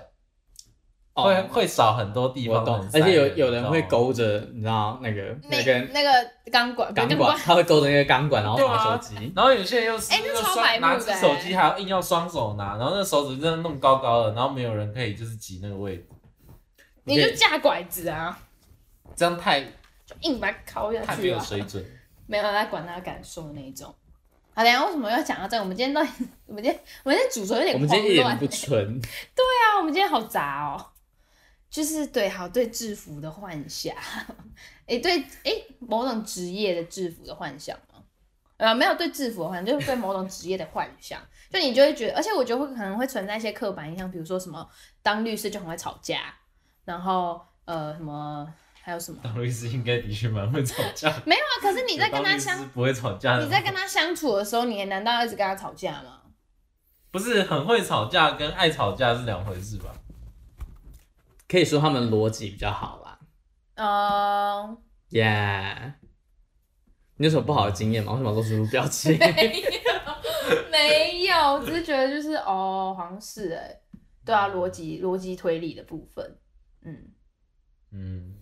B: 哦
C: 会会少很多地
B: 我
C: 方
B: 懂
C: 能，塞
B: 而
C: 人。哦
B: 且有有
C: 你知
B: 人
C: 道
B: 会
C: 吗
B: 勾着，你知道那个
A: 那
B: 那根
A: 那个钢管，不是
B: 钢管，，他会勾着那个钢管，然后
C: 对
B: 划
C: 啊
B: 手机。
C: 然后有些人又是
A: 哎那
C: 又
A: 超
C: 双
A: 白目
C: 拿
A: 的
C: 起
A: 欸
C: 手机还要硬要双手拿，然后那手指真的弄高高的，然后没有人可以就是挤那个位置，
A: 你就架拐子啊，
C: 这样太
A: 就硬把它敲下
C: 太没
A: 去
C: 有
A: 啊。
C: 水准。
A: 没有在管他感受那一种。好，等一下为什么要讲到这个？我们今天到底，我们今天我们今天主轴有点
B: 我
A: 慌
B: 们今
A: 乱。
B: 天一点都不纯，
A: 对啊，我们今天好杂哦。就是对，好对制服的幻想，诶，对，诶，某种职业的制服的幻想吗？呃，没有对制服的幻想，就是对某种职业的幻想。就你就会觉得，而且我觉得会可能会存在一些刻板印象，比如说什么当律师就很会吵架，然后呃什么还有什么？
C: 当律师应该的确蛮会吵架的，
A: 没有啊，可是你在跟他相
C: 当律师不会吵架的，
A: 你在跟他相处的时候，你难道要一直跟他吵架吗？
C: 不是很会吵架跟爱吵架是两回事吧？
B: 可以说他们逻辑比较好啦。
A: 呃，
B: Yeah，你有什么不好的经验吗？为什么露出表 情？
A: 没有，我只是觉得就是哦，好像是哎、对啊，逻辑逻辑推理的部分，嗯，
C: 嗯，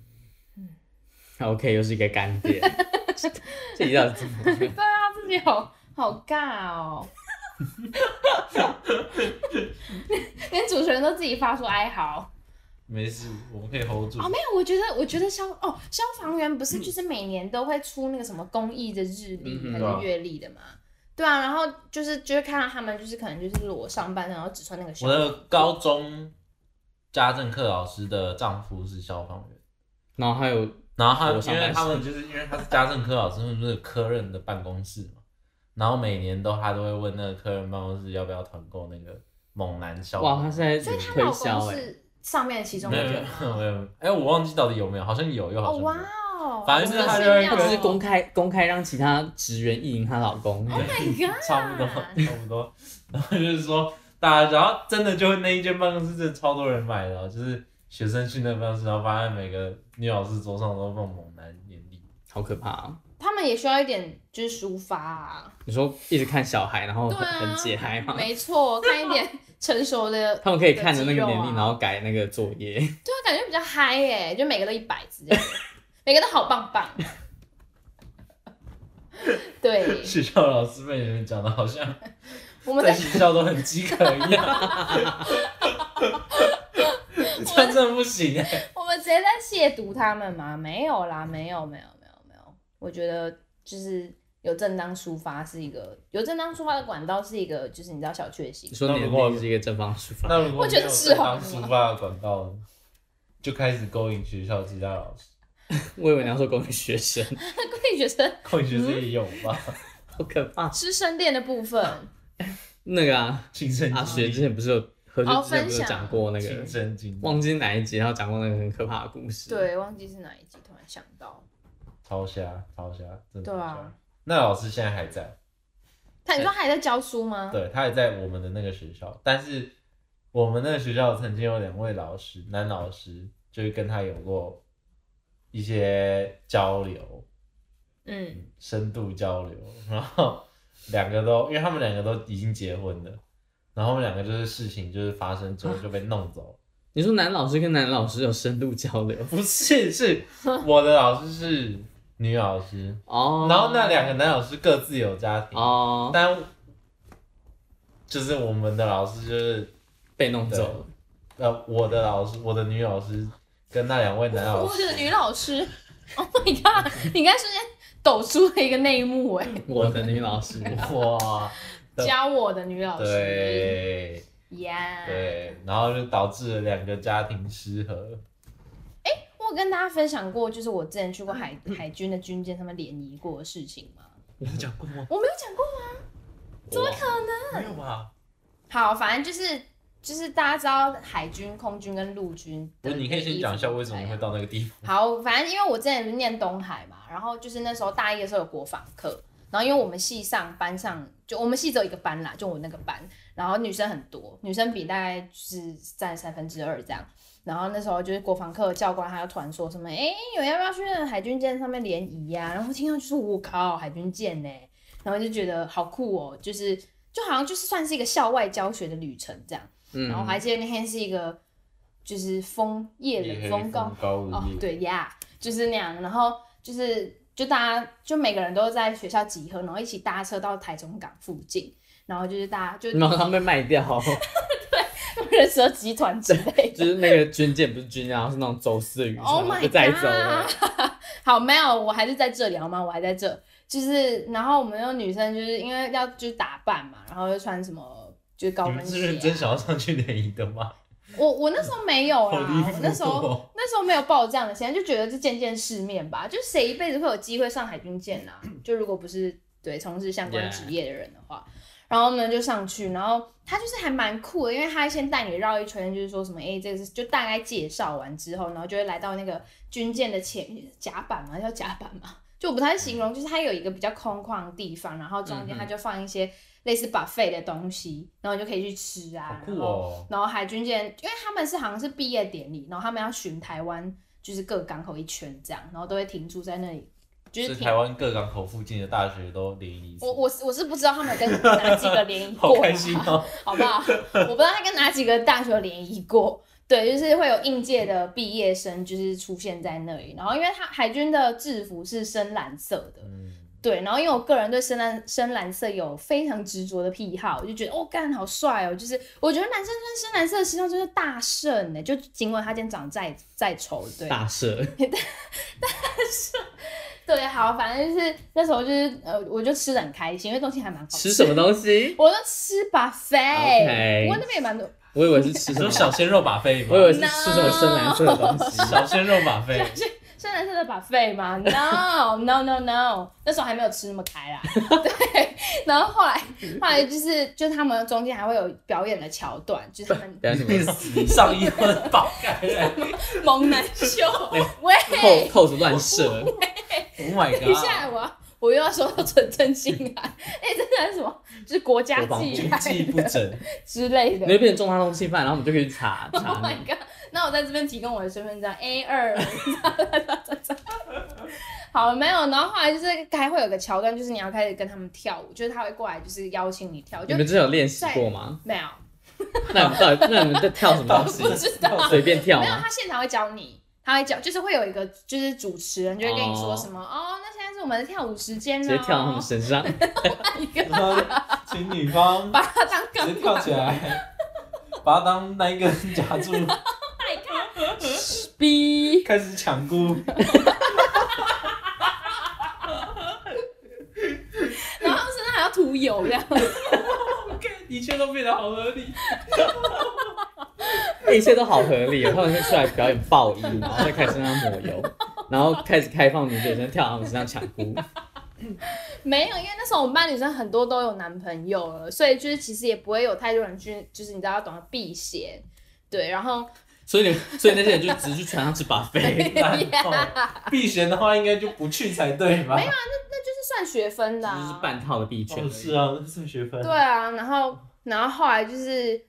B: OK，又是一个 干爹，这一道怎么了？
A: 对啊，自己好好尬 哦，连主持人都自己发出哀嚎。
C: 没事，我们可以 hold 住
A: 哦，。没有，我觉得，我觉得消哦，消防员不是就是每年都会出那个什么公益的日历
B: 嗯
A: 还
B: 哼
C: 啊
A: 是月历的嘛？对啊，然后就是就会看到他们就是可能就是裸上半身，然后只穿那个小
C: 我的高中家政课老师的丈夫是消防员，
B: 然后还有
C: 然后他
B: 我
C: 们
B: 上
C: 因为
B: 班
C: 他们就是因为他是家政科老师，他们是科任的办公室嘛，然后每年都他都会问那个科任办公室要不要团购那个猛男消
B: 哇，他
C: 防。
B: 是在
A: 所以她老
B: 推销
A: 公
B: 哎、
A: 是上面其中一
C: 没有没
A: 个
C: 有
A: 吗。
C: 没有，哎、我忘记到底有没有，好像有，又
A: 哦
C: 好像没有。
A: 哇哦，
C: 反正
A: 好
C: 就是
A: 炫
C: 她就会
A: 耀
B: 他
A: 哦
B: 只是公开公开让其他职员意淫她老公、
A: Oh my god！
C: 差不多，差不多。然后就是说，大家然后真的就那一间办公室真的超多人买的哦，就是学生去那办公室，然后发现每个女老师桌上都放猛男眼力，
B: 好可怕、哦！
A: 他们也需要一点就是抒发啊，
B: 你说一直看小孩，然后
A: 对
B: 很、
A: 啊
B: 很解嗨吗？
A: 没错，看一点成熟 的，
B: 他们可以看着那
A: 的肌
B: 个年
A: 肉啊
B: 龄，然后改那个作业。
A: 对啊，感觉比较嗨耶，就每个都一百之 类的，每个都好棒棒。对，
C: 学校老师被你们讲的好像
A: 我们
C: 在
A: 在
C: 学校都很饥渴一样。 这样真的不行哎、
A: 我们直接在亵渎他们吗？没有啦，没有，没有，没有，没有。我觉得就是有正当抒发是一个有正当抒发的管道是一个，就是你知道小确幸
B: 你。说年龄是一个正方抒发，
C: 那如果
A: 我觉得是哦
C: 当抒发的管道呢，就开始勾引学校其他老师，
B: 我以为你要说公民学生，
A: 跟你觉得
C: 勾引学生也有吧？
A: 嗯
B: 好可怕。
A: 师生恋的部分，
B: 那个啊，
C: 亲身
B: 阿
C: 经
B: 学之
C: 历，
B: 前不是有何
A: 哦
B: 学之前不是有
A: 分享
B: 讲过那个
C: 亲，身经历，
B: 忘记哪一集，然后讲过那个很可怕的故事。，
A: 对，忘记是哪一集，突然想到，
C: 超瞎，超瞎，真的
A: 对
C: 超瞎。
A: 啊。
C: 那老师现在还在，
A: 他你说他还在教书吗？
C: 对他还在我们的那个学校，但是我们那个学校曾经有两位老师，男老师就是跟他有过一些交流，
A: 嗯，
C: 深度交流， 然后两个都，因为他们两个都已经结婚了，然后他们两个就是事情就是发生之后就被弄走，
B: 你说男老师跟男老师有深度交流
C: 不是，是我的老师是女老师，
B: 哦，
C: 然后那两个男老师各自有家庭，
B: 哦
C: 但就是我们的老师就是。
B: 被弄走了，
C: 呃，我的老师，我的女老师跟那两位男老
A: 我
C: 师，
A: 觉哦得女老师，Oh my god！你刚才瞬间抖出了一个内 幕哎，
B: 我的女老师，
C: 哇，对
A: 教我的女老师，
C: 对
A: 呀，
C: 对，然后就导致了两个家庭失和。
A: 我有跟大家分享过，就是我之前去过海海军的军舰，他们联谊过的事情吗？
C: 我有讲过吗？
A: 我没有讲过吗？
B: 怎么可
C: 没有吧？
A: 好，反正就是就是大家知道海军、空军跟陆军
C: 不
A: 的
C: 是，
A: 联谊服务。
C: 你可以先讲一下为什么你会到那个地方。
A: 好，反正因为我之前念东海嘛，然后就是那时候大一的时候有国防课，然后因为我们系上班上就我们系只有一个班啦，就我那个班，然后女生很多，女生比大概就是占三分之二这样。然后那时候就是国防课教官，他就突然说什么，哎，有人要不要去那个海军舰上面联谊呀、然后听到就说，我靠，海军舰呢、然后就觉得好酷哦，就是就好像就是算是一个校外教学的旅程这样。
B: 嗯
A: 然后我还记得那天是一个就是枫叶
C: 嗯
A: 冷风高
C: 高的
A: 哦
C: 夜，，
A: 对呀就是那样。然后就是就大家就每个人都在学校集合，然后一起搭车到台中港附近，然后就是大家就
B: 然后他们被卖掉，
A: 人蛇集团之类 的。
B: 就是那个军舰不是军舰，然后是那种走私的渔船
A: Oh my
B: 就载走了。
A: god！好，没有，我还是在这里好吗？我还在这，就是然后我们有女生就是因为要就是打扮嘛，然后就穿什么就是高跟
C: 你们
A: 鞋
C: 是
A: 啊、
C: 认真想要上去联谊的吗？
A: 我我那时候没有
C: 好
A: 啦，
C: 离
A: 我
C: 谱！
A: 啊
C: 哦
A: 那时候那时候没有抱这样的心态，就觉得是见见世面吧。就谁一辈子会有机会上海军舰啊？就如果不是对从事相关
B: Yeah.
A: 职业的人的话然后呢就上去，然后他就是还蛮酷的，因为他先带你绕一圈，就是说什么哎、诶这个是就大概介绍完之后，然后就会来到那个军舰的前甲板嘛，叫甲板嘛，就我不太形容，就是它有一个比较空旷的地方，然后中间
B: 嗯哼
A: 它就放一些类似 buffet 的东西，然后你就可以去吃
C: 好
A: 啊，
C: 酷
A: 然后
C: 哦！
A: 然后海军舰，因为他们是好像是毕业典礼，然后他们要巡台湾，就是各港口一圈这样，然后都会停驻在那里，就是
C: 是
A: 停。
C: 台湾各港口附近的大学都联谊一次，
A: 我我是我是不知道他们跟哪几个联谊
C: 好
A: 过，
C: 开心哦！
A: 好不好？我不知道他跟哪几个大学联谊过。对，就是会有应届的毕业生，就是出现在那里。然后，因为他海军的制服是深蓝色的，
C: 嗯，
A: 对，然后因为我个人对深蓝深蓝色有非常执着的癖好，我就觉得哦，干好帅哦！就是我觉得男生穿深蓝色的西装就是大胜呢，欸就尽管他今天长得再再丑，对
B: 大社，
A: 对，好，反正就是那时候就是呃，我就吃的很开心，因为东西还蛮好
B: 吃什么东西？
A: 我都吃 buffet，、
B: OK
A: 不过那边也蛮多，
B: 我以为是吃
C: 你
B: 什么
C: 说，小鲜肉把费吗？
B: 我以为是吃什么深蓝色的东西。
C: 小鲜肉把 费，
A: 深蓝色的 buffet 吗？No No No No，那时候还没有吃那么开啦。对，然后后来后来就是就是他们中间还会有表演的桥段，就是他们
B: 等一下你们
C: 上衣或者绑开来
A: 猛男秀，
B: 哎
A: 喂，
B: 扣扣子乱射，
C: ，Oh my
A: 等一下
C: god！
A: 我要我又要说到纯正性啊，哎、这真的是什么？ 就是国家
B: 国防部
A: 祭
C: 经济
A: 拜
C: 不整，
A: 之类
B: 你会
A: 的。
B: 变成重大通缉犯，然后我们就可以查
A: Oh
B: 查
A: my
B: 你。
A: god！那我 在这边提供我的身份证 A 二， 好没有。然后后来就是还会有个桥段，就是你要开始跟他们跳舞，
B: 哦
A: 就是他会过来，就是邀请你跳，我
B: 你
A: 就
B: 们之前有练习过吗？
A: 没有
B: 那你们到底那你们在跳 什么东西
A: 不？知道。
B: 随便跳
A: 没有，
B: 吗？
A: 他现场会教你，他会教，就是会有一个就是主持人就会跟你说
B: 哦
A: 什么哦那现在是我们的跳舞时间了，
B: 直接跳到他们 身上，
A: 一个
C: 然后请女方
A: 把它当钢
C: 直接
A: 管
C: 跳起来，把它当那一个 夹住，
A: 逼，
C: 开始抢กู้。
A: 然后身上还要涂油这样。
C: 一切都变得好合理。
B: 一切都好合理哦。他们先出来表演爆衣，然后再 开始身上抹油，然后开始开放女学生跳到他们身上抢姑。
A: 没有，因为那时候我们班女生很多都有男朋友了，所以就是其实也不会有太多人去，就是你知道要懂得避嫌。对，然后
B: 所以你们，所以那些人就只是去船上吃 buffet。
C: 避嫌的话，应该就不去才对吧？没有，
A: 这是算学分的、
B: 就是
A: 啊，
B: 半套的币圈而已，
C: 是啊，那是学分。
A: 对啊，然后然后后来就是，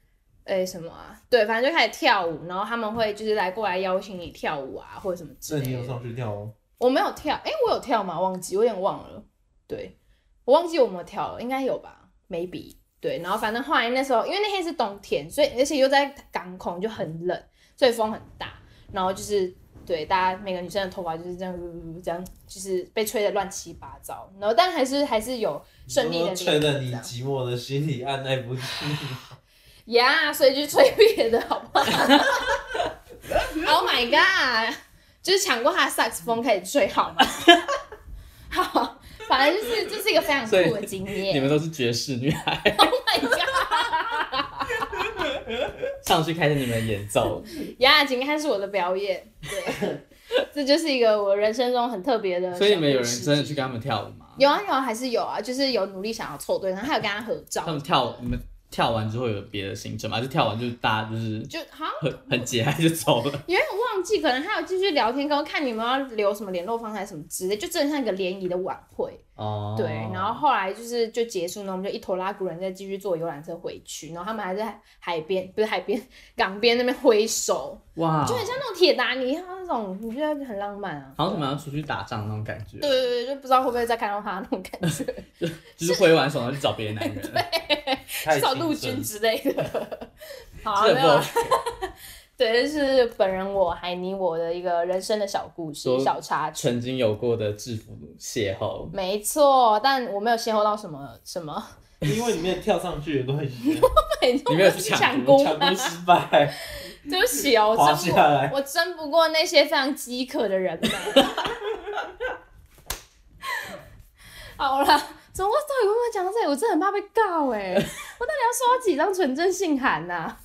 A: 哎、什么啊？对，反正就开始跳舞，然后他们会就是来过来邀请你跳舞啊，或者什么之
C: 这你
A: 类
C: 有
A: 的。
C: 上去哦跳吗？
A: 我没有跳，哎、我有跳吗？忘记，我有点忘了。对，我忘记我有没有跳了，应该有吧，maybe。对，然后反正后来那时候，因为那天是冬天，所以而且又在港口，就很冷，所以风很大。然后就是对大家每个女生的头发就是这样，呜呜呜这样就是被吹得乱七八糟。然后但还是还是有顺利的
C: 你说吹得你寂寞的心里按耐 不住。
A: 呀所以就吹别的好不好？Oh my god！就是抢过他的萨克斯风开始吹好吗？ 好，反正就是这、是一个非常
B: 所以
A: 酷的经
B: 你
A: 验。
B: 们都是爵士女 孩，
A: Oh my god！
B: 上去开始你们演奏，
A: 呀，今天是我的表演，对。这就是一个我人生中很特别的小故事。
B: 所以你们有人真的去跟他们跳舞吗？
A: 有啊有啊，还是有啊，就是有努力想要凑对，然后还有跟他合照。
B: 他们跳，你们跳完之后有别的行程吗？还是跳完就大家就是
A: 就好像
B: 很很节哀就走了？
A: 有点忘记，可能还有继续聊天，跟我看你们要留什么联络方式还是什么之类，就真的像一个联谊的晚会。
B: 哦，
A: 对，然后后来就是就结束呢，我们就一头拉古人再继续坐游览车回去，然后他们还在海边，不是海边，港边那边挥手，
B: 哇，
A: 就很像那种铁达尼号那种，你觉得很浪漫啊？
B: 好像我们要出去打仗那种感觉，
A: 对对对，就不知道会不会再看到他那种感觉，
B: 就是挥完手然后去找别的 男人，
C: 太
A: 至少
C: 青
A: 陆
C: 春
A: 军之类的。好啊，
B: 这
A: 没有
B: 很不
A: 啊
B: OK。
A: 对，这是本人我海尼我的一个人生的小故事、
B: 说
A: 小插曲。
B: 曾经有过的制服邂逅，
A: 没错，但我没有邂逅到什么什么，
C: 因为你没有跳上去的关系，
A: 对，
B: 你没有
A: 我
B: 去
A: 是
B: 抢
A: 抢
B: 功
A: 功
C: 抢
A: 啊
C: 攻失败，
A: 对不起哦，
C: 滑
A: 我争不
C: 下来
A: 我争不过那些非常饥渴的 人们。好啦，怎么我到底会不会讲到这里？我真的很怕被告 哎、我到底要收到几张纯正信函啊呐、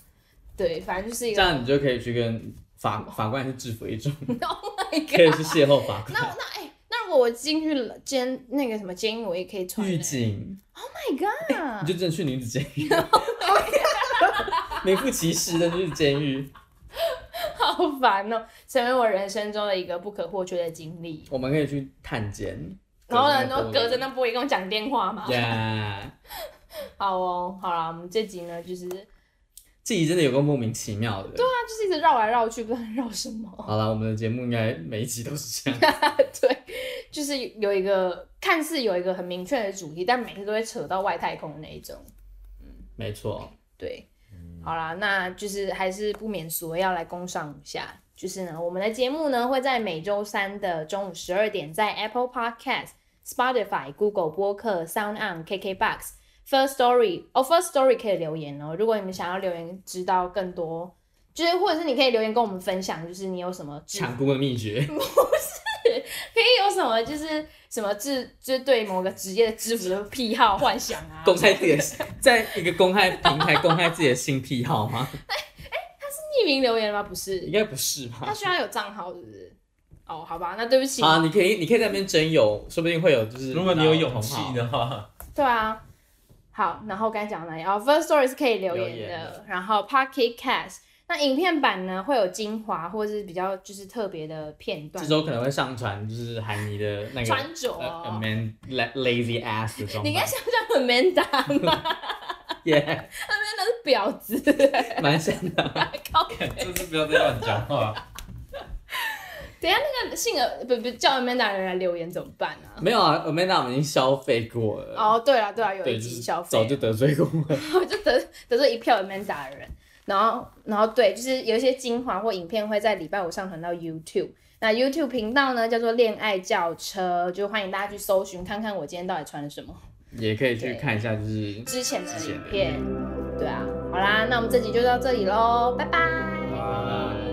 A: 对，啊反正就是一
B: 这
A: 个。
B: 样你就可以去跟法法官也是制服一 种，
A: Oh my
B: 可以
A: god！
B: 去邂逅法
A: 那
B: 官。
A: 那哎、那如果我进去了监那个什么监狱，我也可以穿、
B: 狱
A: 欸。
B: 警，
A: Oh my
B: 你
A: god！
B: 就真的去女子监 狱，名副其实的就是监狱。
A: 好烦哦、成为我人生中的一个不可或缺的经历。
B: 我们可以去探监，
A: 然后呢，都隔着那玻璃跟我讲电话嘛。
B: 呀，
A: 好哦，好啦，我们这集呢，就是那
B: 自己真的有个莫名其妙的。
A: 就是一直绕来绕去，不知道绕什么。
B: 好了，我们的节目应该每一集都是这样。
A: 对，啊就是有一个看似有一个很明确的主题，但每次都会扯到外太空那一种。
B: 没
A: 嗯
B: 错，
A: 对，好啦，那就是还是不免俗要来工商一下。就是呢，我们的节目呢会在每周三的中午十二点，在 Apple Podcast、Spotify、Google 播客、Sound On、KKBox、First Story 哦，First Story 可以留言哦。如果你们想要留言知道更多，就是或者是你可以留言跟我们分享，就是你有什么制
B: 抢功的秘诀，
A: 可以有什么就是什么制，就是对某个职业的制服的癖好幻想 啊，
B: 公开自己的，在一个公开平台公开自己的性癖好吗？
A: 匿名留言吗？不
B: 应
A: 是，
B: 该不是
A: 他
B: 吧？
A: 需要有账号，是不是？哦，好吧，那对不起，
B: 啊，你可以，你可以在那边征友，说不定会有就是。
C: 如果你有勇气的话，
A: 对啊。好，然后刚才讲到哪里？哦，First Story 是可以留
B: 留
A: 言
B: 言
A: 的
B: 的，
A: 然后 Pocket Cast 那影片版呢会有精华或者是比较就是特别的片段
B: 这，周可能会上传就是海尼的那个
A: 穿着
B: 呃
A: 哦。
B: a man la- lazy ass 的状
A: 你应该
B: 态
A: 想象 Amanda 吗
B: 耶，
A: ？Amanda 是婊 子，
B: 蛮像的。
A: 靠！
C: 真是不要再乱讲 话。
A: 等一下那个姓呃不不叫 Amanda 的人来留言怎么办啊？
B: 没有啊，Amanda 我们已经消费过了，
A: 哦，对了对了，有
B: 呃对，
A: 一
B: 就
A: 集
B: 是
A: 消
B: 早
A: 费
B: 就得罪过了。
A: 我 就得得罪一票 Amanda 的人。然后，然后对，就是有一些精华或影片会在礼拜五上传到 YouTube。那 YouTube 频道呢叫做“恋爱轿车”，就欢迎大家去搜寻看看我今天到底穿了什么
B: 也可以去
A: 对
B: 看一下，就是
A: 之前的
B: 之前
A: 影
B: 的
A: 片。对啊，好啦，那我们这集就到这里喽，拜拜。
B: 拜。